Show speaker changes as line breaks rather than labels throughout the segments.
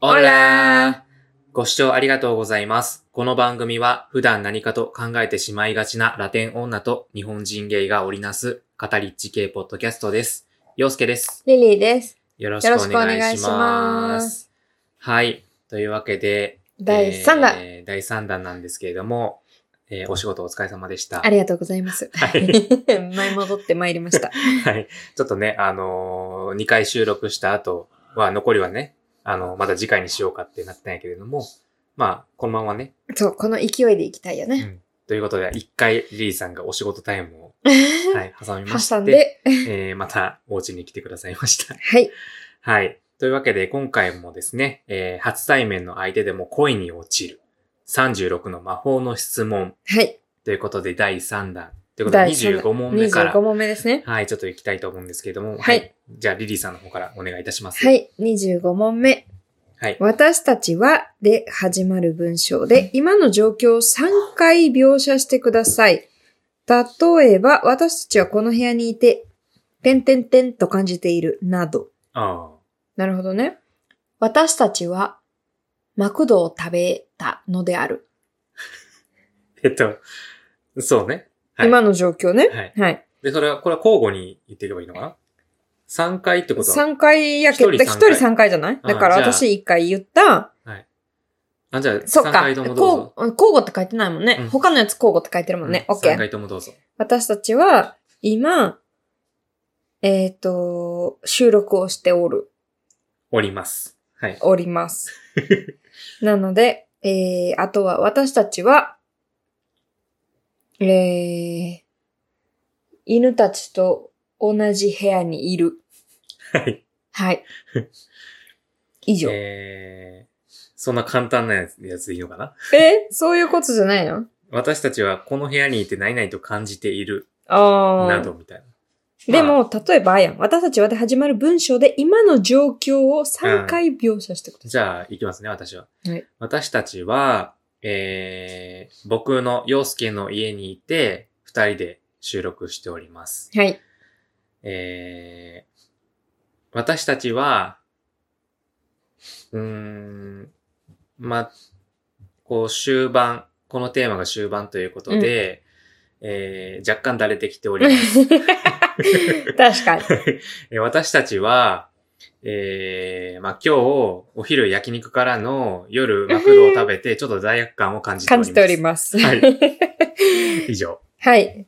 オラーご視聴ありがとうございます。この番組は普段何かと考えてしまいがちなラテン女と日本人ゲイが織りなすカタリッチ系ポッドキャストです。洋介です。
リリーです。
よろしくお願いし
よろしくお願
ます。
いします
はい。というわけで、
第3弾、
えー第3弾なんですけれども、えーお仕事お疲れ様でした。
ありがとうございます。
はい
前戻ってまいりました。
はい。ちょっとね、あのー、2回収録した後は、残りはね、あの、まだ次回にしようかってなってないけれども、まあ、このままね、
そう、この勢いでいきたいよね。
ということで、1回リリーさんがお仕事タイムを、 はい、挟みまして、
挟んで、
えーまたお家に来てくださいました。
はい。
はい。というわけで、今回もですね、えー初対面の相手でも恋に落ちる。36の魔法の質問
はい。
ということで、第3弾。ということで、25問目から
25。問目ですね。
はい、ちょっと行きたいと思うんですけれども。
はい
じゃあ、リリーさんの方からお願いいたします。
は。い。25問目。
はい。
私たちは、で始まる文章で、今の状況を3回描写してください。例えば、私たちはこの部屋にいて、てんてんてんと感じている、など。
あ
なるほどね。私たちは、マクドを食べたのである。
ー えっと、そうね。はい
今の状況ね。
はい。
はい。
で、それは、これは交互に言っていけばいいのかな ?3 回ってことは、
3回やけど、
一人
一
三回
人3回じゃない
あ
だから
じゃあ
私1回言った。
あ、じゃあ、
そ
3
っか。
回と
こ
も
う
どうぞ。
交互って書いてないもんね。
うん
他のやつ交互って書いてるもんね。オッケ
3
ー。
回ともどうぞ。
私たちは今、えっ、と、収録をしておる、
おります。はい。
おります。 なので、えー、あとは私たちは、えー、犬たちと同じ部屋にいる。
はい。
はい。以上。
えー、そんな簡単なやつやつでいいのかな
えそういうことじゃないの
私たちはこの部屋にいて何々と感じている、な
あ
ど
あ。
みたい
でも、例えば、あやん。私たちはで始まる文章で今の状況を3回描写してく
な。
だ
じ
さい。
ゃあ、いきますね、私は。
はい
私たちは、えー、僕の洋介の家にいて、二人で収録しております。
はい。
えー、私たちは、うーん、ま、こう終盤、このテーマが終盤ということで、えー若干だれてきており ます。
確かに。
えー私たちは、えー、まあ、今日、お昼焼肉からの夜、マクドを食べて、ちょっと罪悪感を感じており
感
ます。
じておりま
は
す。はいい。
以上。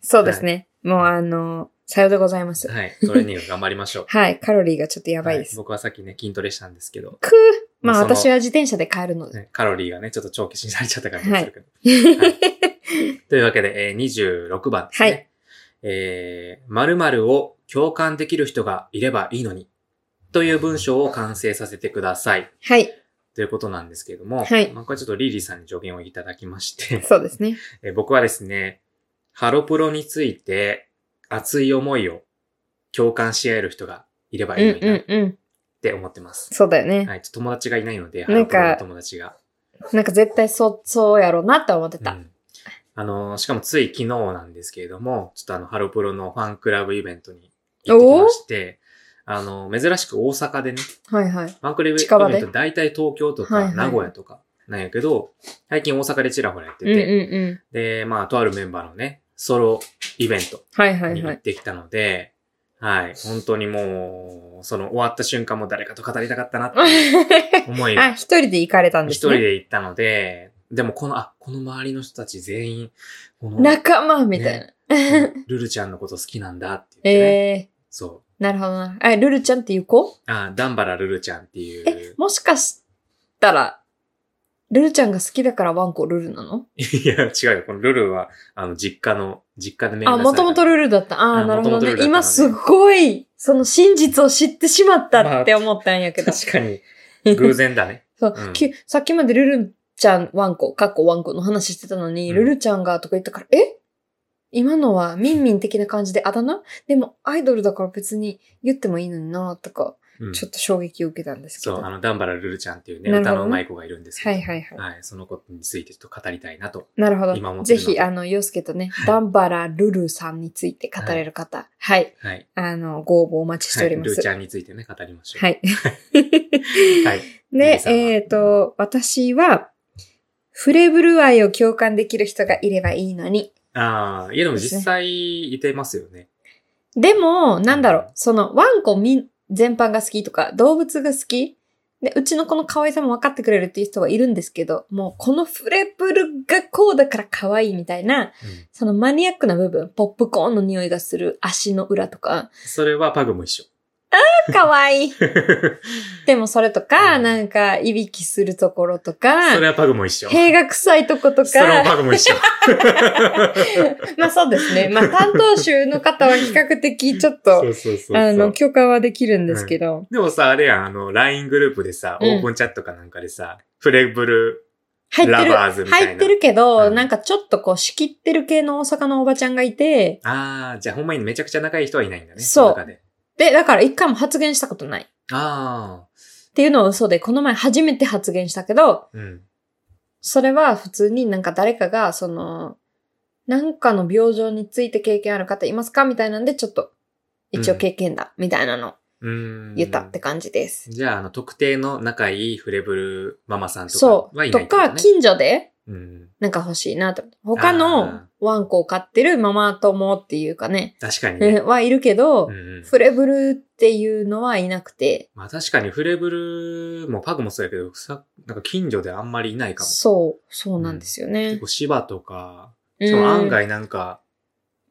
そうですね。もう、あの、さようでございます。。
はい。トレーニング頑張りましょう
はい。カロリーがちょっ とやばいで
は
す。
僕はさっきね、筋トレしたんですけど、
くーまあ、
その
私は自転車で帰るので。
ねカロリーがね、ちょっと長期死にされちゃったからどうするか、
はい
というわけで、えー26番ですね。
はい
えー、〇〇を共感できる人がいればいいのに。という文章を完成させてください。。
はい
ということなんですけれども、
はい
まあ、これちょっとリリーさんに助言をいただきまして、
そうですね。
えー僕はですね、ハロプロについて熱い思いを共感し合える人がいれば
うん
いいのになっ
うんうん。
て思ってます。
そうだよね。
はい、ちょっと友達がいないので、ハ
な
ロ
ん
プ
か
ロの友達が。
なんか絶対そう、そうやろうなって思ってた。
うんあのー、しかもつい昨日なんですけれども、ちょっとあの、ハロプロのファンクラブイベントに行ってきまして、あのー、珍しく大阪でね、
はいはい。
ファンクラブイ
近場で
ベント大体東京と
はい
か
はい
名古屋とかなんやけど、最近大阪でちらほらやって
うんうん
て、
うん。
で、まあ、とあるメンバーのね、ソロイベント
はいはい
に
は
行っ
い。
てきたので、はい、本当にもう、その終わった瞬間も誰かと語りたかったなって いう思いが
あ、一人で行かれたんで
一
す
人
ね。
で行ったので、でもこの、あ、この周りの人たち全員、この、
仲間みたい
う
な。
ん ルルちゃんのこと好きなんだって言ってね。
え
そ
ー、なるほどな。え、ルルちゃんっていう子
う。あ、ダンバラルルちゃんってい
え
う、。
もしかしたら、ルルちゃんが好きだからワンコルルなの
いや、違うよ。このルルは、あの、実家の、実家で面
あ、もともとル
ル
ルだった。あ
あ
あ、なるほど
元々ルル
ね
だ。ったのね
今すごい、その真実を知ってしまったって思ったんやけど。
確かに、偶然だね。
そう、
うん
きさっきまでルルちゃんワンコ、カッコワンコの話してたのに、
うん
ルルちゃんがとか言ったから、え今のはミンミン的な感じであだ名でもアイドルだから別に言ってもいいのになとか、
うん
ちょっと衝撃を受けたんですけ
そ
ど。
う、あ
は
の、ダンバラルルちゃんっていうね、
なるほど
歌
ね
のうまい子がいるんですけど、
いはいはい。
はい、そのことについてちょっと語りたいなと。
なるほ
今思
ど。
って
ぜ
るの
ひ、あの、洋介とね、ダンバラルルさんについて語れる方、はい。
はい。
あの、ご応募お待ちしておりま
はい、ルー
す。
ちゃんについてね、語りましょう。
はい。
はい。ゆり
で、
さんは
えっ、と、私は、フレブル愛を共感できる人がいればいいのに。
ああ、いやでも
ですね
実際いてますよね。
でも、なんだろう、その、ワンコみん全般が好きとか、動物が好きで、うちの子の可愛さも分かってくれるっていう人はいるんですけど、もうこのフレブルがこうだから可愛いみたいな、
うん
そのマニアックな部分、ポップコーンの匂いがする足の裏とか、
それはパグも一緒。
可愛いでもそれとか、
うん
なんか、いびきするところと か
そ、れはパグも一緒。
塀が臭いとこと
それ も
か、
パグも一緒。
まあそうで すね。まあ担当集の方は比較的ちょっ
そ
と、
うそうそうそう
あの、許可はできるんですけど、
でもさ、あれやん、あの、LINE グループでさ、オ
うん
ープンチャットかなんかでさ、フレブル、
入って
ラバーズ
る、
みたいな
入ってるけど、
うん
なんかちょっとこう仕切ってる系の大阪のおばちゃんがいて、
ああ、じゃあほんまにめちゃくちゃ仲いい人はいないんだね。
そう
の中で。
で、だから一回も発言したことない。っ
あ
ていうのは嘘で、この前初めて発言したけど
あ、、うん。
それは普通になんか誰かが、その、なんかの病状について経験ある方いますかみたいなんで、ちょっと、一応経験だ、みたいなの
うーん。
言ったって感じです。
じゃあ、あの、特定の仲いいフレブルママさんとか
そ
は
う。
いない
と
ってこと
か、
ね。
近所で、
うん。
なんか欲しいなと。他
あ
のワンコを飼ってるママ友っていうかね、
確かにね。
はいるけど、
うんうん
フレブルっていうのはいなくて、
まあ確かにフレブルもパグもそうやけど、さなんか近所であんまりいないかも。
そう、そうなんですよね
結。構芝とか、
うん
しかも案外なんか、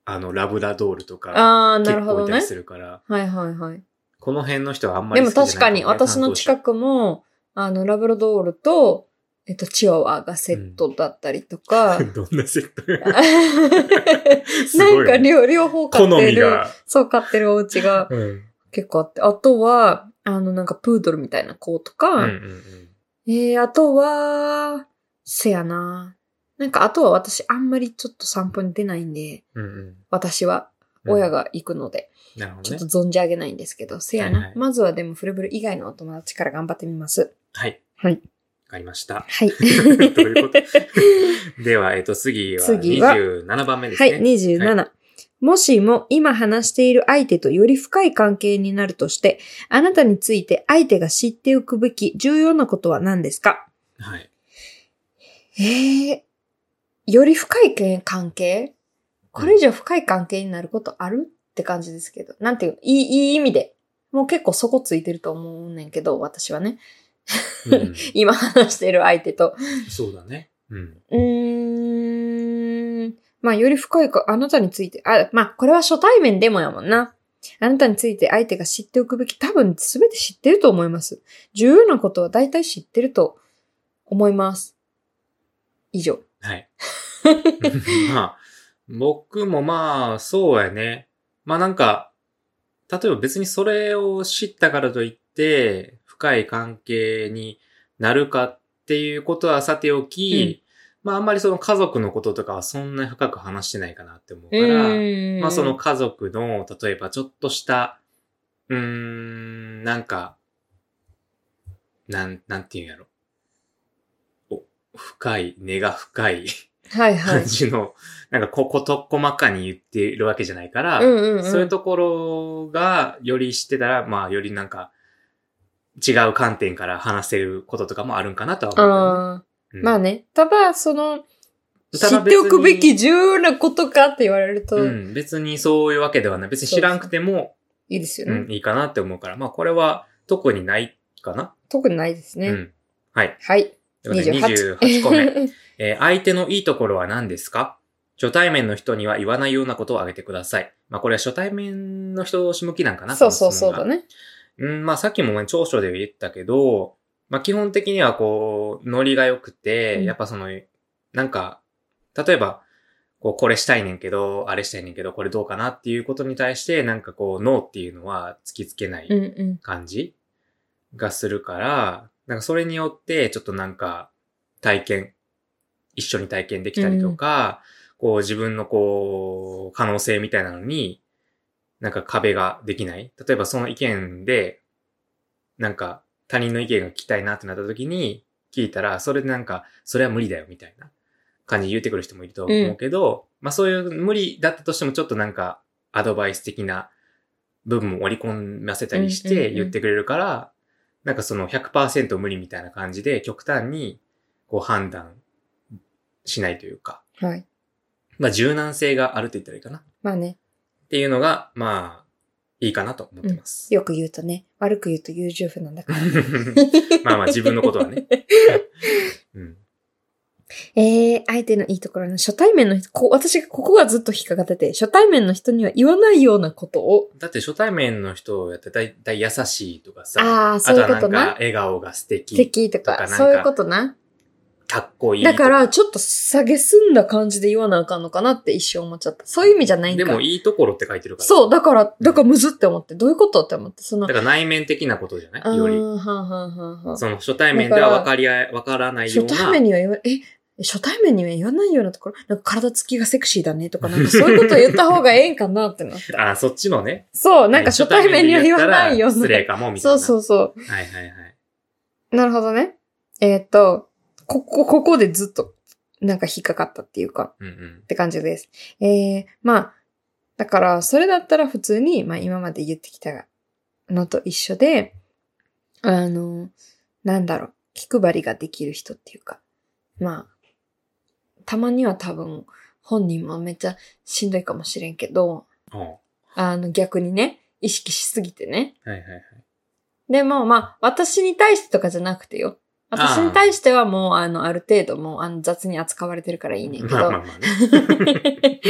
あの、ラブラドールとか、
ああ、な
結
るほ
構い
ど
たり
ね。
するから、
はいはいはい。
この辺の人はあんま
で
り
も
好き
確
じゃ
か
ない
に私の近
く。
くも、あの、ラブラドールと、えっと、チワワがセットだったりとか、
どんなセットす
な
ごい
ん
よ
か
ね
両両方買
好
って
み
る、
が。
そう買ってるお家が
うん。うん
結構あって、あとは、あの、なんかプードルみたいな子とか、
うんうん。
えー、あとは、せやな。なんかあとは私あんまりちょっと散歩に出ないんで、
うんうん。
私は
うん
親。が行くので、
なるほ
ち
ど
ょっと
ね。
存じ上げないんですけど、せやな、
はいはい
まずはでもフレブル以外のお友達から頑張ってみます。
はい。
はい
わかりました。
はい。
ういう こと では、えっと、次は
次は
27番目です
は
ね。
い、27。
は
もしも今話している相手とより深い関係になるとして、あなたについて相手が知っておくべき重要なことは何ですか
はい。
ええより深いけ関係これ以上深い関係になることあるって感じですけど。なんていうのいい、いい意味で。もう結構そこついてると思うねんけど、私はね。
うん
今話してる相手と。
そうだね。うん。
うーん。まあ、より深いか、あなたについて、あ、まあ、これは初対面でもやもんな。あなたについて相手が知っておくべき、多分すべて知ってると思います。重要なことは大体知ってると思います。以上。
はい。 まあ、僕もまあ、そうやね。まあなんか、例えば別にそれを知ったからといって、深い関係になるかっていうことはさておき、まああんまりその家族のこととかはそんな深く話してないかなって思うから、
うん
まあその、家族の、例えばちょっとした、うーん、なんか、なん、なんていうんやろ。お、深い、根が深い
はいは
感
い。
じの、なんかここと細かに言っているわけじゃないから、
うんうんうん
そういうところがより知ってたら、まあよりなんか、違う観点から話せることとかもあるんかなとは思うけどね、う
あー
ん
まあね。ただ、その、知
ただ
っ
別
て
に
おくべき重要なことかって言われると、
う
い
ん、別にそういうわけではない。別に知らんくても、
いですよね。
うん、いいかなって思うから、まあこれは特にないかな。
特にないですね。
うん。はい。
はい。
ということで
28
28個目。えー相手のいいところは何ですか初対面の人には言わないようなことを挙げてください。まあこれは初対面の人し向きなんかな
そうそうそう
この質
だ
問が
ね。
うん、まあさっきもね長所で言ったけど、まあ基本的にはこう、ノリが良くて、
うん
やっぱその、なんか、例えば、こう、これしたいねんけど、あれしたいねんけど、これどうかなっていうことに対して、なんかこう、ノーっていうのは突きつけない。
うんうん。
感じがするから、なんかそれによってちょっとなんか体験、一緒に体験できたりとか、こう自分のこう、可能性みたいなのに、なんか壁ができない。例えばその意見で、なんか他人の意見が聞きたいなってなった時に聞いたら、それでなんか、それは無理だよみたいな感じで言ってくる人もいると思うけど、まあそういう無理だったとしてもちょっとなんかアドバイス的な部分を織り込ませたりし
うんうんう
て
ん
言ってくれるから、なんかその100%無理みたいな感じで極端にこう判断しないというか、
はい。
まあ柔軟性があると言ったらいいかな。
まあね、
っていうのが、まあ、いいかなと思ってます。
よく言うとね、悪く言うと優柔不なんだから。
まあまあ自分のことはね。 うん。
えー、相手のいいところの初対面の人、こ私がここがずっと引っかかってて、初対面の人には言わないようなことを、
だって初対面の人やってだいたい優しいとかさ、
ああー、
あ
そう
と
いう
は
こ
な
と
んか
な。
笑顔が素敵、
敵と
とか
か、
なんか
そういうことな。
かっこいいと
だから、ちょっと下げすんだ感じで言わなあかんのかなって一瞬思っちゃった。そういう意味じゃないんか。
でもいいところって書いてるから。
そう、だから、だからむずって思って、どういうことって思って、その
だ、から内面的なことじゃな
あ
い
ー
よ
は
り。
んはんはんはん
その初対面では分かり合え、分からないよ
初
う
対面
な。
には言わ、え、初対面には言わないようなところ、なんか体つきがセクシーだねとか、なんかそういうこと言った方がええんかなってなっ た。
ああ、そっちのね。
そう、なんか初対面には言わないよう
初対面で言ったら失礼
な。
かも、みたい
そ
な。
うそううそ
そう。はいはいはい。
う。なるほどね。えーっと、ここ、ここでずっと、なんか引っかかったっていうか、
うんうん
っ。て感じです。えー、まあ、だから、それだったら普通に、まあ今まで言ってきたのと一緒で、あの、なんだろう、気配りができる人っていうか、まあ、たまには多分、本人もめっちゃしんどいかもしれんけど、
おう
あの逆にね、意識しすぎてね。
はいはいはい。
でもまあ、私に対してとかじゃなくてよ。私に対してはもう、あの、ある程度もう、あの、雑に扱われてるからいいねんけ
まあ まあ
ど。
まあね。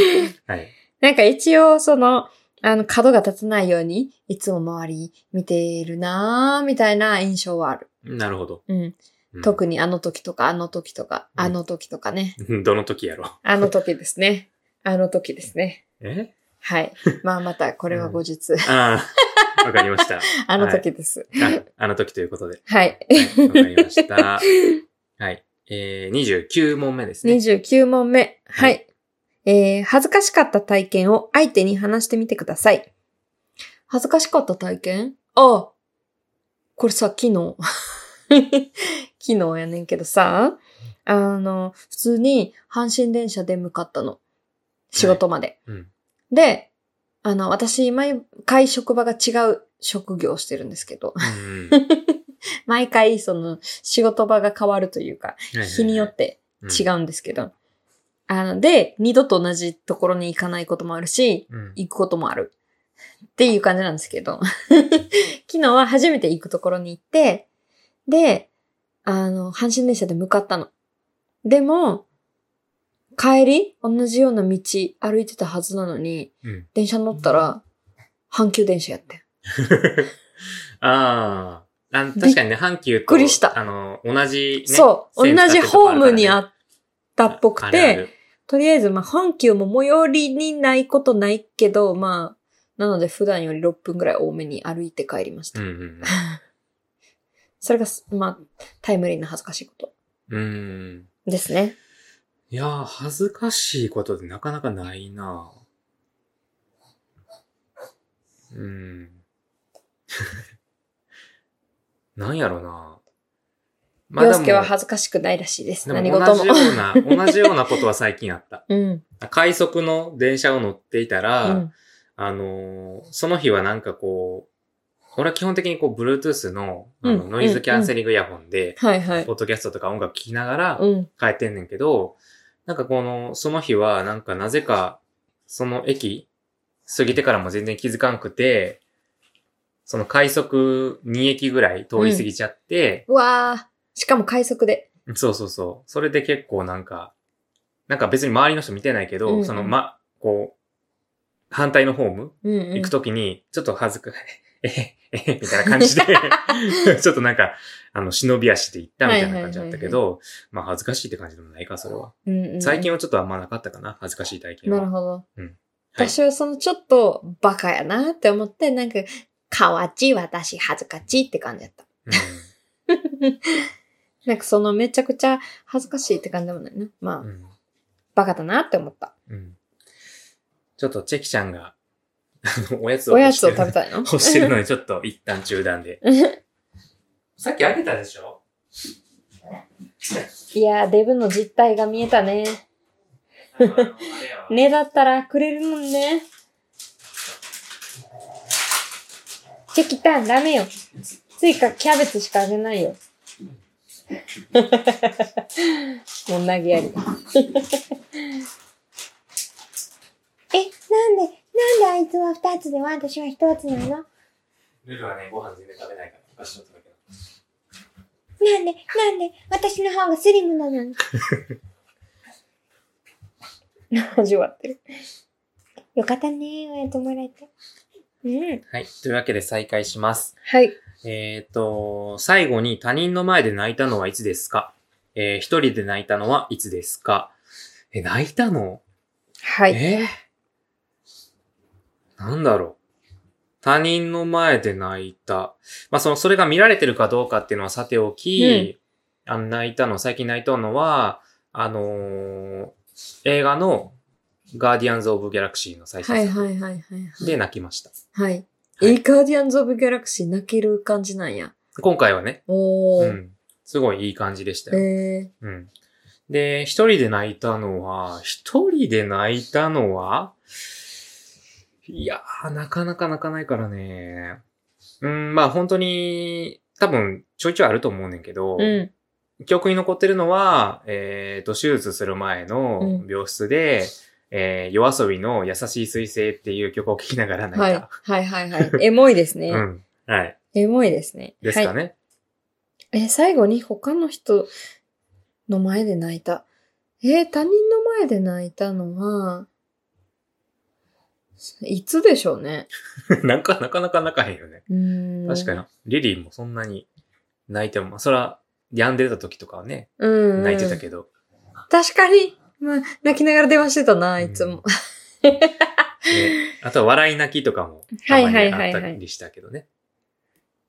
はい。
なんか一応、その、あの、角が立たないように、いつも周り見てるなーみたいな印象はある。
なるほど。
うん。
うん
特にあの時とか、あの時とか、
うん
あの時とかね。
どの時やろう。
あの時です ね。あの時ですね。
え
はい。まあまた、これは後日。
ああ、わかりま した。
あの時です。
ああの時ということで。
はい。
はいわかりました。はい。えー、29問目ですね。
29問目。
は
はいい。えー、恥ずかしかった体験を相手に話してみてください。恥ずかしかった体験ああ。これさ、昨日。 昨日やねんけどさ、あの、普通に阪神電車で向かったの。仕事まで。
うん。
で、あの、私、毎回職場が違う職業をしてるんですけ ど、
うんうん
毎回、その、仕事場が変わるというか、日によって違
うん。
うんですけど。あの、で、二度と同じところに行かないこともあるし、
うん
行くこともある。っていう感じなんですけど。 昨日は初めて行くところに行って、で、あの、阪神電車で向かったの。でも、帰り、同じような道歩いてたはずなのに、
うん。
電車乗ったら、阪急電車やってん。
あーあ、確かにね、阪急と、びっ
くりした
あの、同じ、ね、
そう、
線
同
使って
じ
るとこ
ホ
あ
ー
るからね
ムにあったっぽくて、
あるある
とりあえず、まあ、阪急も最寄りにないことないけど、まあ、なので普段より6分ぐらい多めに歩いて帰りまし
う
た。
んうん
それがす、まあ、タイムリーな恥ずかしいこと
うん。うん。
ですね。
いやー、恥ずかしいことってなかなかないなぁうん。なんやろなま
洋介は
でも
恥ずかしくないらしいです。
で
何
も
事
同じよ
も。
うな、同じようなことは最近あった。
うん。
快速の電車を乗っていた
う
ら、
ん。
あのーその日はなんかこう、俺は基本的にこう、Bluetooth のあの
うん
ノイズキャンセリングイヤホンで、
はいはい
ポ。ッドキャストとか音楽聴きながら、
うん。
変えてんねんけど、なんかこの、その日は、なんかなぜか、その駅、過ぎてからも全然気づかんくて、その快速2駅ぐらい通り過ぎちゃって、
うわー。しかも快速で。
そうそうそう。それで結構なんか、なんか別に周りの人見てないけど、
うんうん
そのま、こう、反対のホーム
うんうん。
行くときに、ちょっと恥ずか、 えへ、えへ、みたいな感 じで、ちょっとなんか、あの、忍び足で行ったみたいな感じだったけど、まあ恥ずかしいって感じでもないか、それは。
うんうんうん
最近はちょっとあんまなかったかな恥ずかしい体験は。
なるほど。
うんはい
私はそのちょっとバカやなって思って、なんか、かわちい私恥ずかちいって感じだった。なんかそのめちゃくちゃ恥ずかしいって感じでもないな。まあ、
うんうん
バカだなって思った。
うん。ちょっとチェキちゃんが、あのおやつを
おやつを
欲して
食
る
べたい の
欲してるのにちょっと一旦中断 で。さっきあげたでしょ
いやー、デブの実態が見えたね。
あのあれやわ
ねだったらくれるもんね。チェキタンダメよ。スイカキャベツしかあげないよ。 もう投げや り。え、なんで、なんであいつは二つで私は一つなの
ルルはね、ご飯全然食べないから、お菓子を食べてる
なんで、なんで、私の方がスリムなの に。味わってる。よかったね、おやつもらえて。うん。
はい。というわけで再開します。
はい。
えっ、と、最後に他人の前で泣いたのはいつですかえー一人で泣いたのはいつですかえ、泣いたの
はい。
えーなんだろう。他人の前で泣いた。まあ、その、それが見られてるかどうかっていうのはさておき、あの、泣いたの、最近泣いたのは、あのー映画のガーディアンズ・オブ・ギャラクシーの最新
はい
作
はいはいはいはい。
で泣きました。
はい。
はい
え、ガーディアンズ・オブ・ギャラクシー泣ける感じなんや。
今回はね、
お
う
ー。
ん。すごいいい感じでしたよ。
え
うん。で、一人で泣いたのは、一人で泣いたのはいやー、なかなか泣かないからね。うん、まあ本当に、多分ちょいちょいあると思うねんけど、
ー。
記憶に残ってるのは、えっ、と、手術する前の病室で、えー夜遊びの優しい彗星っていう曲を聴きながら
うん。は
泣い
い。は
た。
いはいはい。エモいですね。
うん。はい。
エモいですね。
ですか
はい
ね。
え、最後に他の人の前で泣いた。えー他人の前で泣いたのは、いつでしょうね。
なんか、なかなか泣かへんよね。
うーん。
確かに。。リリーもそんなに泣いても、まあそら、病んでた時とかはね、
うん、
泣いてた
ど。
けど、
確かに。まあ、泣きながら電話してたな、いつも。
ねあとは笑い泣きとかも、
はい
たま
はい
に
はいはい
あったりしたけどね。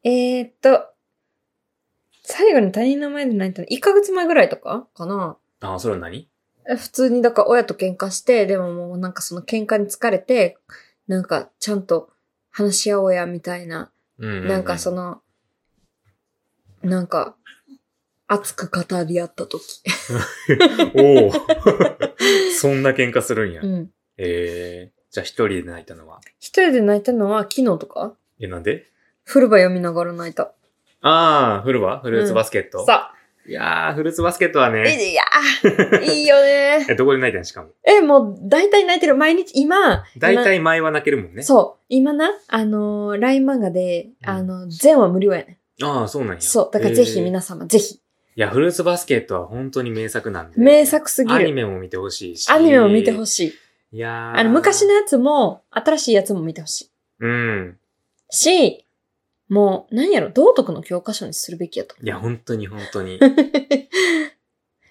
えーっと、最後に他人の前で泣いたの、1ヶ月前ぐらいとかかな
ああ、それは何
え普通に、だから親と喧嘩して、でももうなんかその喧嘩に疲れて、なんかちゃんと話し合おうや、みたいな
うんうう
なんかそ、の、なんか、熱く語り合った時。
おお そんな喧嘩するんや。
うん。
ええじゃあ一人で泣いたのは。
一人で泣いたのは昨日とか
え、なんで
フルバ読みながら泣いた。
ああ、フルバフルーツバスケット、
さあ、
いやー、フルーツバスケットはね、
いやー、 いいよね
え、どこで泣いたんしかも。
え、もう、大体泣いてる。毎日、今、
大体前は泣けるもん
今
ね。
そう、今な、あのー、LINE 漫画で、
うん
あの、全話無料やね
ああ、そうなんや。
ん。そう、だからぜひ
ええ
皆様、ぜひ、
いや、フルーツバスケットは本当に名作なんで。
名作すぎ
アニ
る。
メも見てほしいし。
アニメも見てほ
し
しい。
い。いやー
あの、昔の。やつも、新しいやつも見てほしい。
うん。
し、もう、何やろ、道徳の教科書にするべきやと。
いや、本当に本当 に。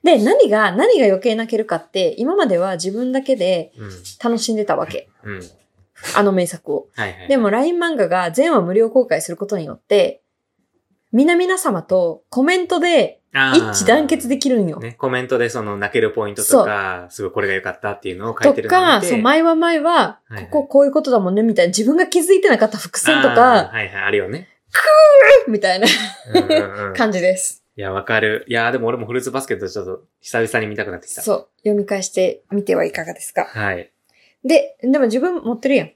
で、何が、何が余計泣けるかって、今までは自分だけで
うん。
楽しんでたわけ。
うん。
あの名作を。
はいはい。
でも、LINE 漫画が全話無料公開することによって、皆々様とコメントで
あー、
一致団結できるんよ。
ね、コメントでその泣けるポイントとか、すごいこれが良かったっていうのを書い
と
てるのを
か、
見て
そう、前は前は、
はいはい
こここういうことだもんね、みたいな、自分が気づいてなかった伏線と
あ
か、
ーはいはい、あるよね。
みたいな
うんう んうん、い
感じです。
や、わかる。いや、でも俺もフルーツバスケットちょっと久々に見たくなってきた。
そう、読み返してみてはいかがですか。
はい。
で、でも自分持ってるやん。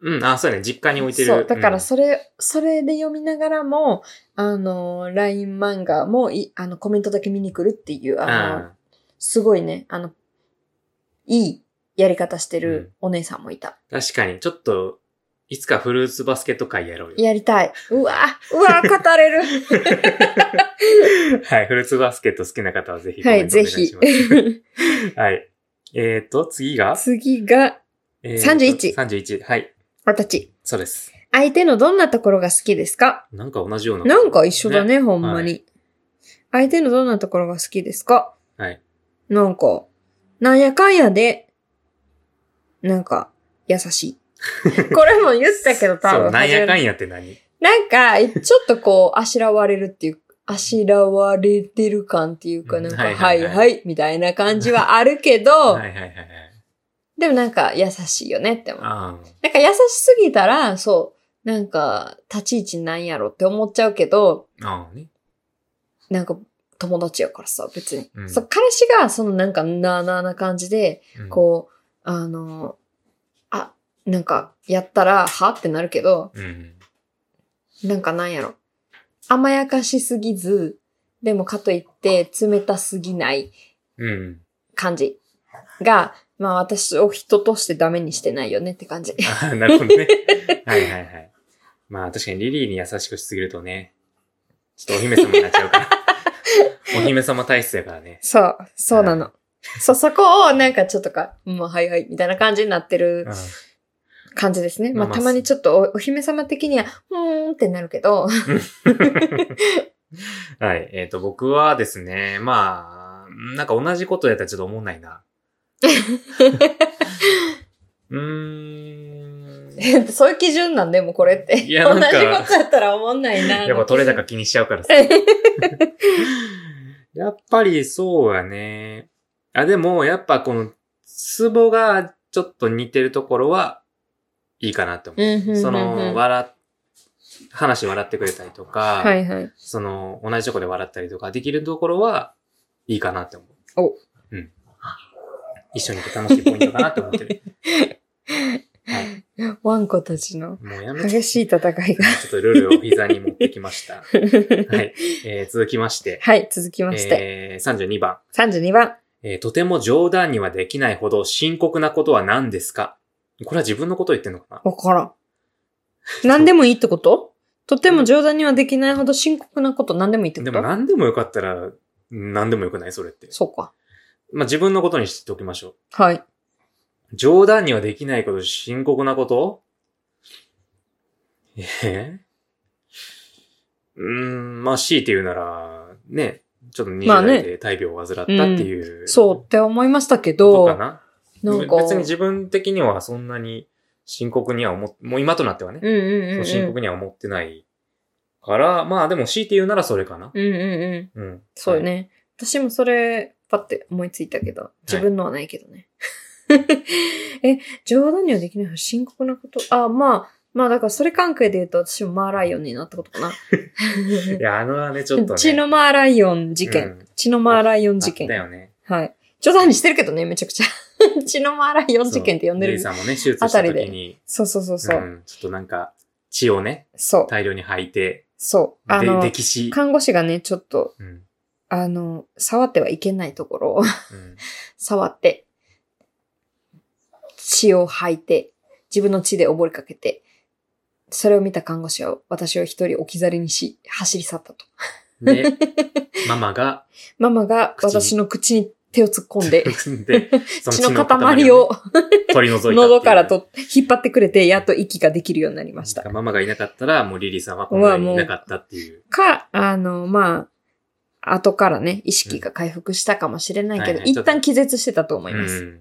うん、あ、そうやね。実家に置いてる。
そう、だから
ん
それ、それで読みながらも、あの、LINE 漫画もい、あの、コメントだけ見に来るっていう、あの、
あー
すごいね、あの、いいやり方してるお姉さんもいた。
確かに、ちょっと、いつかフルーツバスケット会やろうよ。
やりたい。うわう わ語れる
はい、フルーツバスケット好きな方はぜひコ
は
メン
い、
トお
ぜ
願い
ひ
します。。 はい。えっ、ー、と、次が、
次が、
えー
31
31。はい。
私。
そうです。
相手のどんなところが好きですか
なんか同じような。
なんか一緒だね、ほんまに、
は
相手のどんなところが好きですか
はい。
なんか、なんやかんやで、なんか、優し い。これも言ったけど多
そ
分。
う、なんやかん
や。
やって何
なんか、ちょっとこう、あしらわれるっていう、あしらわれてる感っていうか、なんか、
うん
はい
は
はいい、
はい
みたいな感じはあるけ ど、
はいはいはいはい。
でもなんか優しいよねって思う。
あ
なんか優しすぎたら、そう、なんか立ち位置なんやろって思っちゃうけど、
あ、ああね。
なんか友達やからさ、別に。
うん
そう彼氏がそのなんかなあなあな感じで、
うん
こう、あの、あ、なんかやったら、はってなるけど、
うん。
なんかなんやろ。甘やかしすぎず、でもかといって冷たすぎない
うん。
感じが、まあ私を人としてダメにしてないよねって感じ。
ああ、なるほどね。 はいはいはい。まあ確かにリリーに優しくしすぎるとね、ちょっとお姫様になっちゃう から。お姫様体質やからね。
そう、そうなの。そう、そこをなんかちょっとか、もうはいはい、みたいな感じになってる
う
感じですね。まあ
まあ
たまにちょっとおお姫様的には、うーんってなるけど、
ん、はい。えっ、と、僕はですね、まあ、なんか同じことやったらちょっと思んないな。 うーん。
そういう基準なんで、もうこれって。
いやなんか
同じことやったら思んないな。
やっぱ取れ高気にしちゃうからさ。やっぱりそうやね。あ、でも、やっぱこの、ツボがちょっと似てるところは、いいかなって思う。
うんうんうんうん
その、笑っ、話笑ってくれたりとか、
はいはい。
その、同じとこで笑ったりとかできるところは、いいかなって思う。
お
うん。一緒にいて楽しいポイントかなって思って る。はい。
ワンコたちの
もうやめて。
激しい戦い が。
ちょっとルールを膝に持ってきました。はい。えー続きまして。
はい、続きまして。
えー32番。
32番。
えーとても冗談にはできないほど深刻なことは何ですかこれは自分のことを言ってんのかな
わからん。何でもいいってこととても冗談にはできないほど深刻なこと何でもいいってこ
で
と
も何でもよかったら何でもよくないそれって。
そうか。
まあ、自分のことにしておきましょ
はい。
う。冗談にはできないこと、深刻なことえー、うーん、まあ、強いて言うなら、ね、ちょっと
まあ
20
ね
代で大病を患ったっていう、
そうって思いましたけ
こと
ど、
かな
なんか、
別に自分的にはそんなに深刻には思っ、もう今となってはね、
うんうんうん、う。
そうん深刻には思ってないから、まあでも強いて言うならそれかな。
うんうんうん。
うん。
そうよね。私もそれ、パって思いついたけど、自分のはないけどね。 え、冗談にはできないほど深刻なことあ、まあ、まあだからそれ関係で言うと私もマーライオンになったことかな。
はい。いや、あのはね、 ちょっとね。
血のマーライオン事件。
うん
血のマーライオン
あ
事
だ
件。
よね。
はい。冗談にしてるけどね、めちゃく ちゃ。血のマーライオン事件って呼んで
そうリ
る
ー。さんもね、手術した
あた
時
り
に、
そうそうそうそう。
ん、ちょっとなんか、血をね、
そう。
大量に吐いて、
そう。あ
で、
の、
溺死。
看護師がね、ちょっと、
うん。
あの、触ってはいけないところを
うん
触って、血を吐いて、自分の血で溺れかけて、それを見た看護師は私を一人置き去りにし、走り去ったと。
で、ママが、
ママが
口に
私の口に手を突っ込ん で、
で、そ
血の塊を
ね取り除いたっていう。
喉からと引っ張ってくれて、やっと息ができるようになりました。
ママがいなかったら、もうリリーさんはこんなにいなかったっていう。
か、あの、まあ、後からね、意識が回復したかもしれないけど、
うんはいはい
一旦気絶してたと思います。
うん。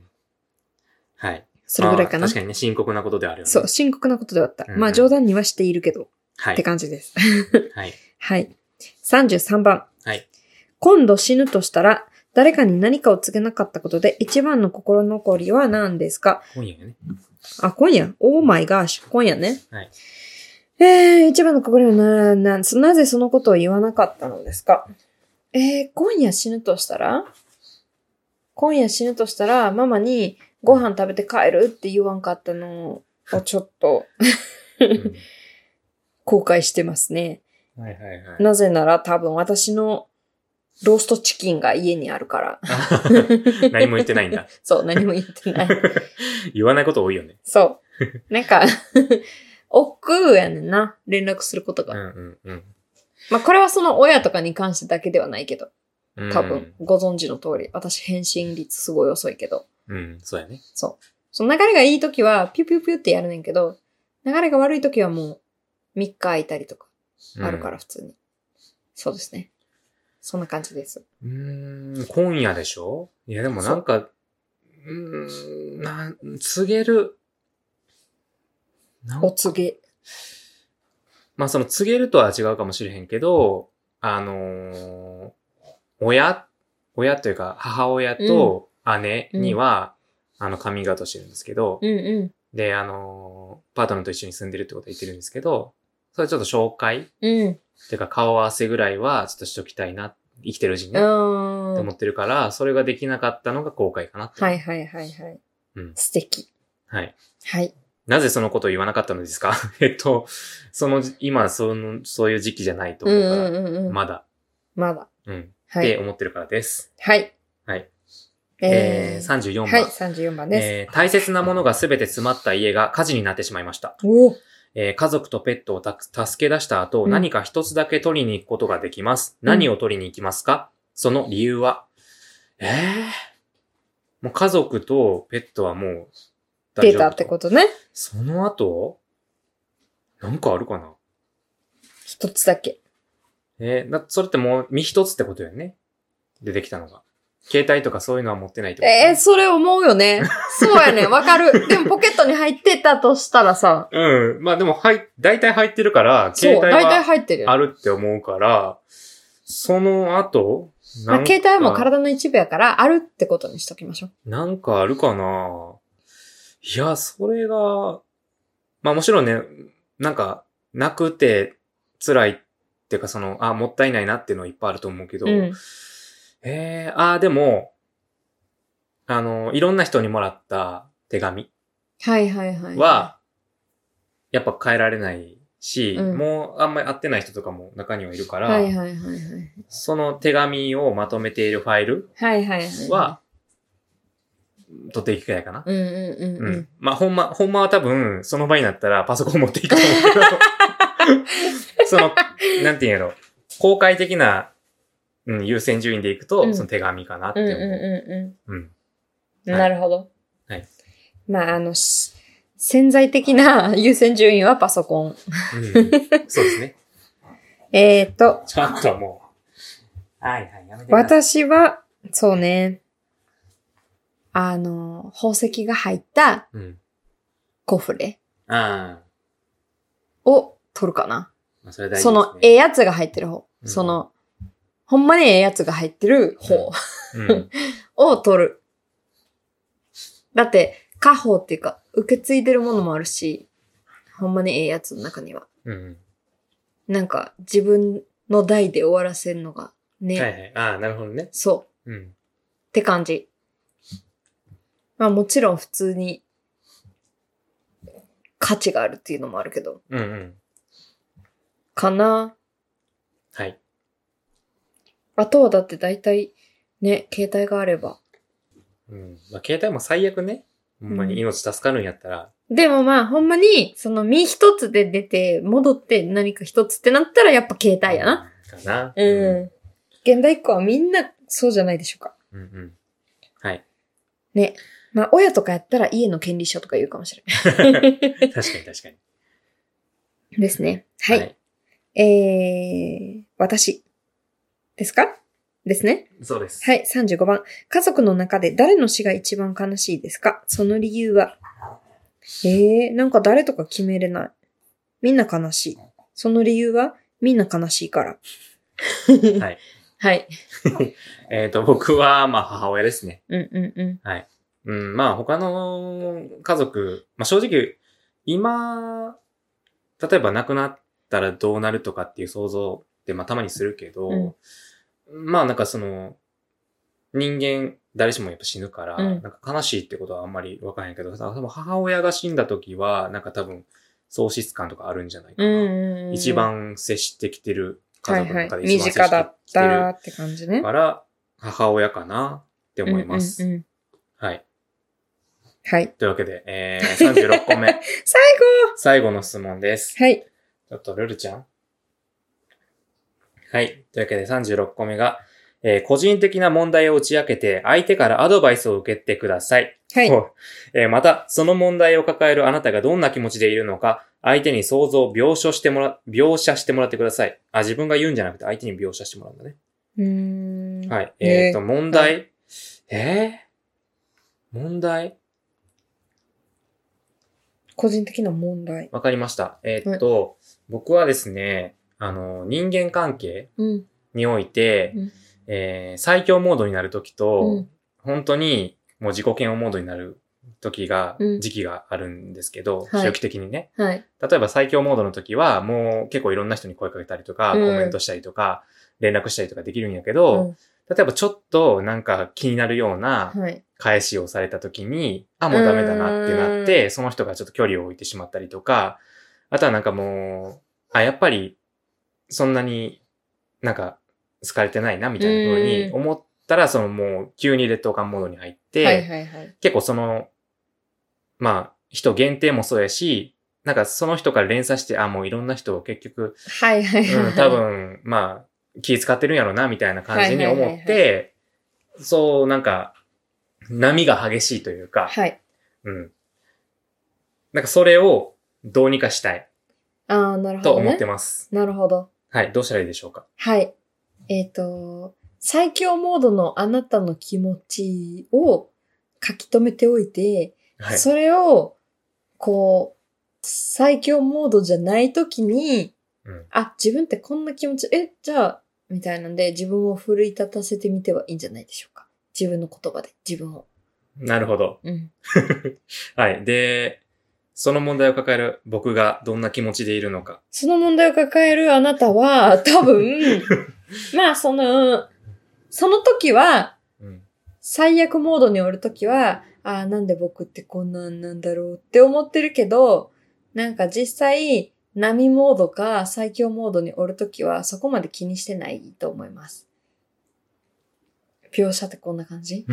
はい。
それぐらいか
ま
な。
あ確かにね、深刻なことではあるよね。
そう、。深刻なことではあった。
うん
まあ、冗談にはしているけど、
は
って
い。
感じです。
はい。
はい。33番。
はい。
今度死ぬとしたら、誰かに何かを告げなかったことで一番の心残りは何ですか
今夜 ね。
あ、今夜オーマイガーシュ、今夜ね。
はい。
えー、一番の心はな、な、なぜそのことを言わなかったのですかえー、今夜死ぬとしたら今夜死ぬとしたら、ママにご飯食べて帰るって言わんかったのをちょっと
うん
後悔してますね。
はいはいはい。
なぜなら多分私のローストチキンが家にあるから。
何も言ってないんだ。
そう、何も言ってない。
言わないこと多いよ ね。
そう。なんか、億劫やねんな。連絡すること
う
が。
んうん
まあ、これはその親とかに関してだけではないけど。
うん。
多分、ご存知の通り。私、返信率すごい遅いけど。
うん。うん、そうやね。
その流れがいい時は、ピュピュピュってやるねんけど、流れが悪い時はもう、3日空いたりとか、あるから、普通に。そうですね。そんな感じです。
うん。うーん、今夜でしょいやでもなんか、うーん、なん、告げる。なん
お告げ。
まあその告げるとは違うかもしれへんけど、あのー親、親というか母親と姉には、あの、カミングアウトしてるんですけど、
うんう
で、あのーパートナーと一緒に住んでるってことは言ってるんですけど、それはちょっと紹介っ
ん。うん。
ていうか顔合わせぐらいはちょっとしときたいな、生きてるうちにね、って
あ
思
ー
ってるから、それができなかったのが後悔かなって。
はいはいはいはい。
うん
素敵。
はい。
はい。
なぜそのことを言わなかったのですか えっと、その、今、その、そういう時期じゃないと
う
思
ん
う
う
から、
んうんうん。
まだ、
まだ。
うん、っ
は
て
い。
思ってるからです。
はい。
はい。え
え
ー
ー、
34番。
はい、34番です。
えー大切なものが全て詰まった家が火事になってしまいました。
おー
えー家族とペットをた助け出した後、
うん
何か一つだけ取りに行くことができます。
うん
何を取りに行きますかその理由はえーもう家族とペットはもう
出たってことね。
とその後なんかあるかな
一つだけ。
えーだそれってもう身一つってことよね出てきたのが。携帯とかそういうのは持ってないってこと、
えー、それ思うよね。 そうやね。わかる。でもポケットに入ってたとしたらさ、
うん。まあでも、はい、大体入ってるから、
そ
携
う、
帯
大体
は
入ってるよね
あるって思うから、その後、
ま
なん
あ、
か
携帯も体の一部やから、あるってことにしときましょう。
なんかあるかないや、それが、まあもちろんね、なんか、なくて辛いっていうか、その、あ、もったいないなっていうのはいっぱいあると思うけど、
うん
えー、あー、でも、あの、いろんな人にもらった手紙
はいはいはい。
は、やっぱ変えられないし、
うん
もうあんまり会ってない人とかも中にはいるから、
はいはいはいはい。
その手紙をまとめているファイル
はいはいはい。
は、取っていきたいかな。
うんうんうん
う
うんん。。
まあ、ほんま、ほんまは多分、その場になったらパソコン持っていく と思うけど、その、なんていうんやろ、公開的な、うん、優先順位でいくと、
うん
その手紙かなって
うんうん
思う。
うん
う
う
ん
ん。
はい
なるほど。
はい。
まあ、あの、し潜在的な 優先順位はパソコン。
うんそうですね。
えーと、
ちょっともう。はいはい、やめてください。
私は、そうね、あの、宝石が入った
うん。
コフレ
ああ、
を取るかな。
まあ、それ大事です、
そ
ね。
の、ええやつが入ってる方。
うん
その、ほんまにええやつが入ってる方
うん。
を取る。だって、家宝っていうか、受け継いでるものもあるし、ほんまにええやつの中には。
うん。
なんか、自分の代で終わらせるのがね、
はいはい。ああ、なるほどね。
そう。
うん。
って感じ。まあもちろん普通に価値があるっていうのもあるけど、
うんうん。
かな。
はい。
あとはだって大体ね、携帯があれば。
うん。まあ、携帯も最悪ね。ほんまに命助かるんやったら、
でもまあほんまに、その身一つで出て、戻って何か一つってなったらやっぱ携帯やな。。
かな。
うん。現代っ子はみんなそうじゃないでしょうか。
うんうん。 はい。
ね。まあ親とかやったら家の権利書とか言うかもしれない。
確かに確かに。
ですね。はい。えー、私。ですかですね。
そうです。
はい、35番。家族の中で誰の死が一番悲しいですかその理由はえー、なんか誰とか決めれない。みんな悲しい。その理由はみんな悲しいから。
はい。
はい。
えっ、と、僕は、まあ、母親ですね。
うんうんうん。
うん、まあ、他の家族、まあ、正直、今、例えば亡くなったらどうなるとかっていう想像って、まあ、たまにするけど、まあ、なんかその、人間、誰しもやっぱ死ぬから、
うん
なんか悲しいってことはあんまりわからへんけど、多分母親が死んだ時は、なんか多分、喪失感とかあるんじゃないか
う
な。
んうん。
一。番接してきてる
は
家
い
族の
はい
中。で
身
一番接して
近だっ
きてる
たって感じね。
から、母親かなって思います。
うんうんうん
はい。
はい。
というわけで、えー、36個 目、
最
最後の質問です。
後はい。
ちょっと、ルルちゃんはい。というわけで、36個目が、えー個人的な問題を打ち明けて、相手からアドバイスを受けてください。
はい。
そうえーまた、その問題を抱えるあなたがどんな気持ちでいるのか、相手に想像、描写してもら、描写してもらってください。あ、自分が言うんじゃなくて相手に描写してもらうんだね。
うーん。
はい。
ね
えっ、と、問題、えー問題
個人的な問題。
わかりました。えっ、と、僕はですね、あの、人間関係
うん。
において、
うん
えー最強モードになるときと、
うん
本当にもう自己嫌悪モードになる時が
う、ん
時期があるんですけど、
はい
周期的にね。
はい。
例えば最強モードの時は、もう結構いろんな人に声かけたりとか、コ
うん
メントしたりとか、連絡したりとかできるんやけど、
うん
例えばちょっとなんか気になるような
はい。
返しをされた時に、あ、もうダメだなってなって、その人がちょっと距離を置いてしまったりとか、あとはなんかもう、あ、やっぱり、そんなになんか好かれてないなみたいな風に
うん
思ったら、そのもう急に劣等感モードに入って、
はいはいはい。
結構その、まあ、人限定もそうやし、なんかその人から連鎖して、あ、もういろんな人を結局、
はいはいはい。
うん、多。分、 まあ、気使ってるんやろな、みたいな感じに思っ
はいは
て、そう、なんか、波が激しいというか、
はい。
うん。なんかそれをどうにかしたい
ああ、なるほ
と
ど、ね。
思ってます。
なるほど。
はい、どうしたらいいでしょうか。
はい。えっ、と、最強モードのあなたの気持ちを書き留めておいて、
はい。
それを、こう、最強モードじゃないときに、
うん
あ、自分ってこんな気持ち、え、じゃあ、みたいなんで、自分を奮い立たせてみてはいいんじゃないでしょうか。自分の言葉で、自分を。
なるほど。
うん。
はい。で、その問題を抱える僕がどんな気持ちでいるのか。
その問題を抱えるあなたは、多分、まあ、その、その時は、
うん。
最悪モードにおるときは、ああ、なんで僕ってこんなんなんだろうって思ってるけど、なんか実際、波モードか最強モードにおるときは、そこまで気にしてないと思います。描写ってこんな感じ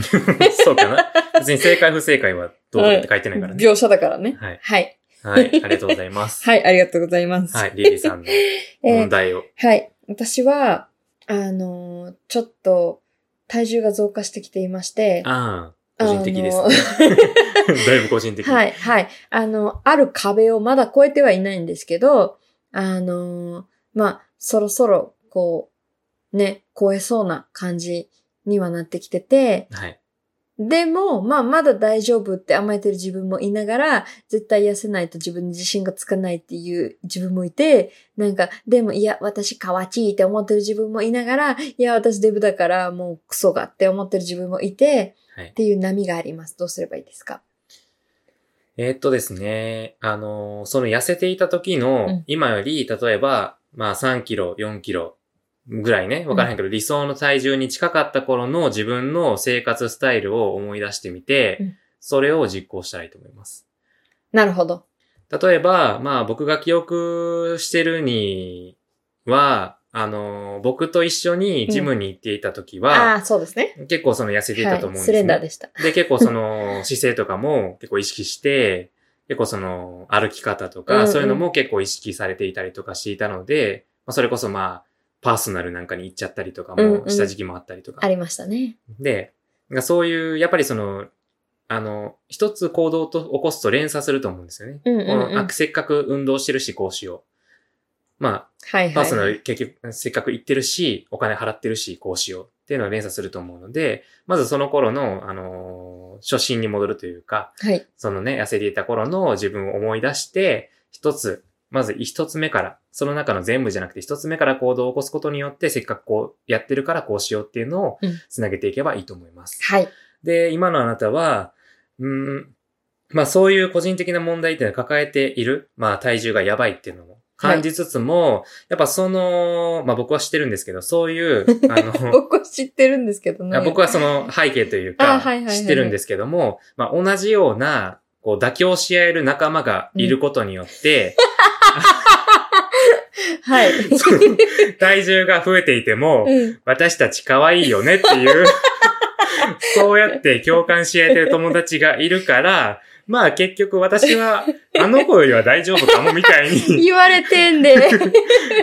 そうかな。別に正解不正解はどうだって書いてない からね。
描写だからね。
はい。
はい。
はい。ありがとうございます。
はい、ありがとうございます。
はい。リリーさんの
え
問
ー
題を。
はい。私は、あのーちょっと、体重が増加してきていまして、
ああ、個人的です
あの
ね。
ー
だいぶ個人的。
はい、はい。あの、ある壁をまだ越えてはいないんですけど、あのーまあ、そろそろ、こう、ね、越えそうな感じにはなってきてて、
はい。
でも、まあ、まだ大丈夫って甘えてる自分もいながら、絶対痩せないと自分に自信がつかないっていう自分もいて、なんか、でも、いや、私、かわちいって思ってる自分もいながら、いや、私、デブだから、もう、クソがって思ってる自分もいて、
はい
っていう波があります。どうすればいいですか
えーっとですね、あのーその痩せていた時の、
うん
今より、例えば、まあ3キロ、4キロぐらいね、わからへんけど、理想の体重に近かった頃の自分の生活スタイルを思い出してみて、
うん
それを実行したらいいと思います。
なるほど。
例えば、まあ僕が記憶してるには、あの、僕と一緒にジムに行っていた時
ああ
は、
ー、そうですね。
結構その痩せていたと思うんですね。
はい、スレンダーでした。
で。結構その姿勢とかも結構意識して、結構その歩き方とか、
うんうん
そういうのも結構意識されていたりとかしていたので、まあ、それこそまあ、パーソナルなんかに行っちゃったりとか
うんう
も
ん
した時期もあったりとか
ありましたね。
で、なんかそういう、やっぱりその、あの、一つ行動と起こすと連鎖すると思うんですよね。
うんうんうん
このあせっかく運動してるし、こうしよう。ま
はいはい。
あ、パーソナル結局、せっかく行ってるし、お金払ってるし、こうしようっていうのは連鎖すると思うので、まずその頃の、あのー初心に戻るというか、
はい。
そのね、痩せていた頃の自分を思い出して、一つ、まず一つ目から、その中の全部じゃなくて一つ目から行動を起こすことによって、せっかくこうやってるからこうしようっていうのを
うん
つなげていけばいいと思います。
はい。
で、今のあなたは、うーん、まあそういう個人的な問題っていうのを抱えている、まあ体重がやばいっていうのも感じつつも、やっぱその、まあ僕は知ってるんですけど、そういう、あの、
僕は知ってるんですけどね。
僕はその背景というか
あはいはいはい、はい
知ってるんですけども、まあ同じような、こう妥協し合える仲間がいることによ って、
はい。
その体重が増えていても、
うん
私たち可愛いよねって いう、そうやって共感し合えてる友達がいるから、まあ結局私はあの子よりは大丈夫かもみたい に
言われ てんで。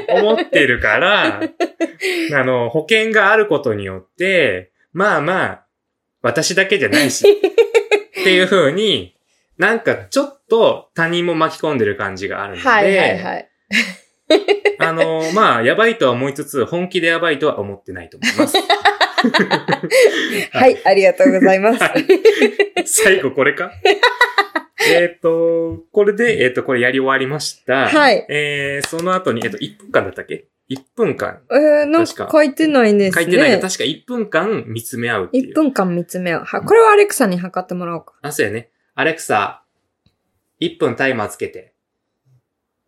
思ってるから、あの、保険があることによって、まあまあ、私だけじゃないし、っていう風に、なんかちょっと他人も巻き込んでる感じがあるので、
はいはいはい。
あの、まあ、やばいとは思いつつ、本気でやばいとは思ってないと思います。
は。い、ありがとうございます。
最後これかえっと、これで、えっ、と、これやり終わりました。
はい
えー、その後に、えっ、と、1分間だったっけ ?1 分間。
えー、なん
確
か
か
書いてないです
書
ね。
いてないけど、確か1分間見つめ合うっていう。
1分間見つめよう。は、これはアレクサに測ってもらおうか。
あ、そうやね。アレクサ、1分タイマーつけて。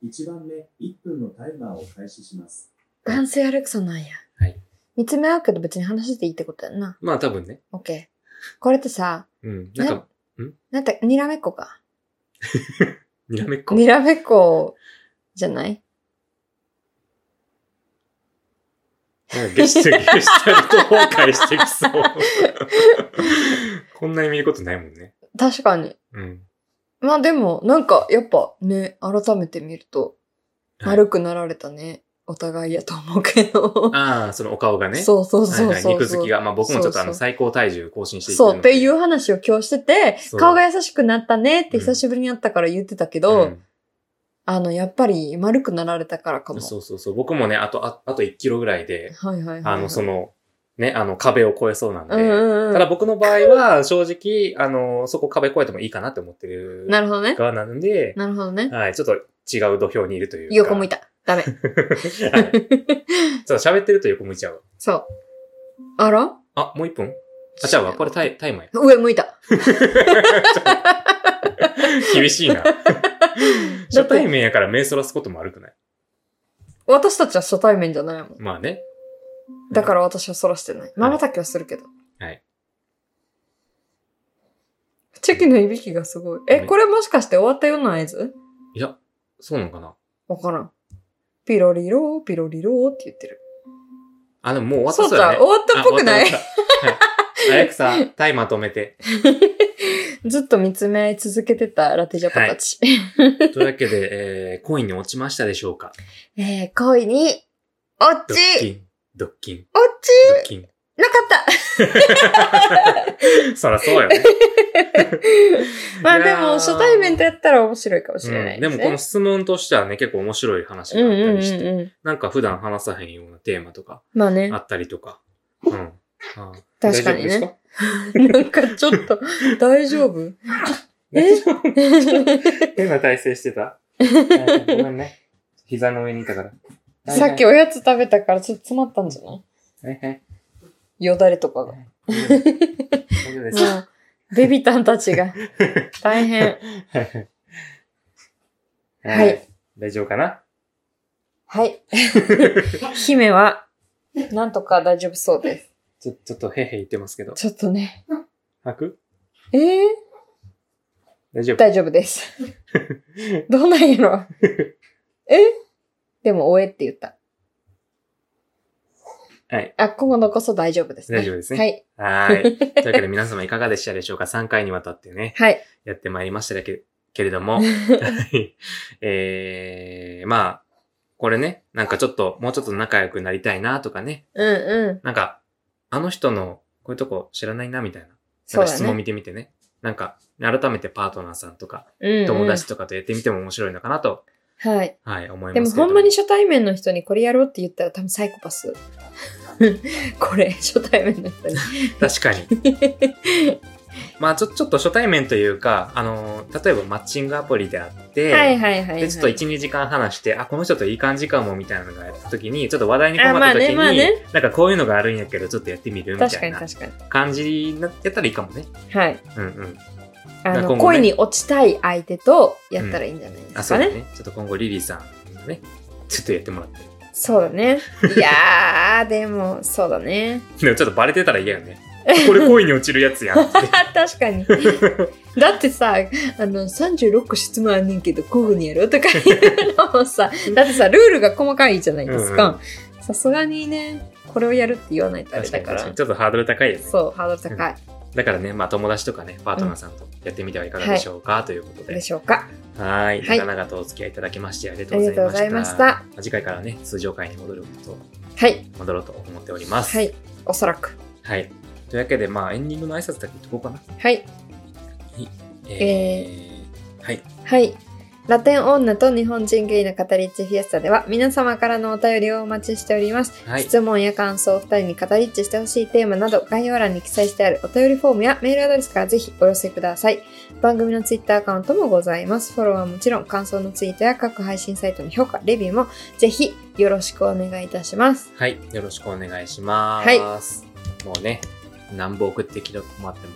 1番目、1分のタイマーを開始します。
男性アレクサなんや。
はい。
見つめ合うけど別に話していいってことやんな。
まあ多分ね。
オッケー。これってさ、
うん。なんか、
なんて、にらめっこか。
にらめっこ。
にらめっこじゃない
なんかゲスト、ゲストと崩壊してき そう。こんなに見ることないもんね。
確かに。
うん。
まあでも、なんか、やっぱね、改めて見ると、
はい
丸くなられたね。お互いやと思うけど。
ああ、そのお顔がね。
そうそうそうそう。
はいはい、肉付きが。まあ僕もちょっとあ
そうそ
の
う
最高体重更新していってるの
そ
で
う、っていう話を今日してて
そ、う
顔が優しくなったねっ
う
て
ん
久しぶりに会ったから言ってたけど、
うん
あの、やっぱり丸くなられたからかも。
そうそうそう。僕もね、あと、ああと1キロぐらいで、
はいはいはい、はい。
あの、その、ね、あの、壁を越えそうなんで。
うんうんうん、
ただ僕の場合は、正直、あの、そこ壁越えてもいいかなって思ってる
なるほどね。
側なんで、
なるほどね。
はい、ちょっと違う土俵にいるというか。
横向いた。ダ
は
メ。
い。ちょっと喋ってると横向いちゃう。
そう。あら
あ、もう1分あ、じゃあ、これタイタイマーや
上向いた。
厳しい な。初対面やから目そらすことも悪くない。
私たちは初対面じゃないもん。
まあね。
だから私はそらしてない。まばたきはするけど。
はい。
チェキのいびきがすごい。え、
ね
これもしかして終わったような合図
いや、そうなのかな。
わからん。ピロリロー、ピロリローって言ってる。
あ、でももう終
そ
わっただ
うちゃん、
ね。
終わったっぽくない
あ終わったはいアレクサ、タイマー止めて。
ずっと見つめ合い続けてたラテジャパたち。
というわけで、えー、恋に落ちましたでしょうか
えー、恋に、落
ドッキ
ち
ン、ドッキン、ド
落
ッ
ち
キン。
なかった
そらそうよね。
まあ
い
で
やー
も、初対面とやったら面白いかもしれな
う
い
んでもこの
す
質問としてはね、結構面白い話
ね
が
う
あ
ん
った
うん
りして、
うんうん。
なんか普段話さへんようなテーマとか
まあね
あ。ったりとか。うん。あー
確かにね。
大
なんかちょっと、大丈夫え
丈夫ですか 変な体勢して た。はいごめんね。膝の上にいたから。はい
さ
はい
っきおやつ食べたからちょっと詰まったんじゃない
はいはい
よだれと かが。
大丈夫で す。
もう、ベビタンた ちが。大変。はい
はい。大丈夫かな
はい。姫は、なんとか大丈夫そうで
ちょ、ちょっとへいへい言ってますけど。
す。ちょっとね。
吐く
えー、
大丈夫
大丈 夫です。どうなんやろえでも、おえって言った。
はい。
あ、今度こそ大丈夫ですね。
大丈夫ですね
はい。
はーい。というわけで皆様いかがでしたでしょうか ?3 回にわたってね、
はい。
やってまいりましただけけれど も。はいえー、まあ、これね、なんかちょっと、もうちょっと仲良くなりたいなとかね。
うんうん。
なんか、あの人のこういうとこ知らないなみたいな。
そ
な
うん
か質
だ
問
ね。
見てみてね。なんか、改めてパートナーさんとか、
うんうん
友達とかとやってみても面白いのかなと、
はい。
はい、思います
で
けれ
も
ども。
ほんまに初対面の人にこれやろうって言ったら多分サイコパ ス。これ、初対面の人に。
確かに。まあちょ、ちょっと初対面というか、あのー、例えばマッチングアプリであって、
はいはいはい、はい。
で、ちょっと1、2時間話して、あ、この人といい感じかも、みたいなのがやった時に、ちょっと話題に困った時に、
あまあねまあね
なんかこういうのがあるんやけど、ちょっとやってみるみた
確か
い
に
な
確かに。
感じになやったらいいかもね。
はい。
うんうん。
あ
だから今後
の、
ね
恋に落ちたい相手とやったらいいんじゃないで
あ、
す
そ
か
うだ
ね。
ね。ちょっと今後リリーさん、ね、ちょっとやってもらって。
そうだ ね。いやー、でも、そうだね。
でもちょっとバレてたら嫌よね。これ恋に落ちるやつや んって。
あ確かに。だってさ、あの、36個質問あんねんけど、こういうふうにやるとかいうのもさ、だってさ、ルールが細かいじゃないです
うん
か。さすがにね、これをやるって言わないとあれ
確か
だ
に
か
確からに。。ちょっとハードル高いよね。
そう、ハードル高い。
だからね、まあ友達とかね、パートナーさんとやってみてはいかがでしょうか、ということ
で
で。
しょうか。
はーい。
はい
長々とお付き合いいただきましてありが
あ
とう
り
ござ
が
いました。
とうございました。
まあ次回からね、通常回に戻ると、
はい。
戻ろうと思っております。
はい。おそらく。
はい。というわけで、まあエンディングの挨拶だけ言っとこうかな。
はい。
えー、はい。
はい。ラテン女と日本人ゲイの語りっちフィエスタでは皆様からのお便りをお待ちしております。
はい。
質問や感想、二人に語りっちしてほしいテーマなど、概要欄に記載してあるお便りフォームやメールアドレスからぜひお寄せください。番組のツイッターアカウントもございます。フォローはもちろん、感想のツイートや各配信サイトの評価、レビューもぜひよろしくお願いいたします。
はい。よろしくお願いします。
はい
もうね、何本送ってきてもらっても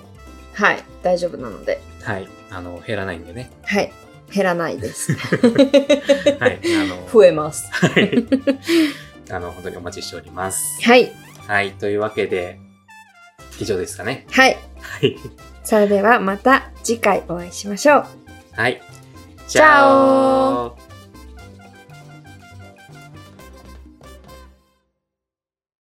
はい、大丈夫なので。
はい。あの、減らないんで ね。
はい、減らないです。
はい。あの、
増えます。
はい。 あの、本当にお待ちしております。
はい、
はい。というわけで、以上ですかね。
はい。
はい。
それではまた次回お会いしましょう。
はい。
チャオ
ー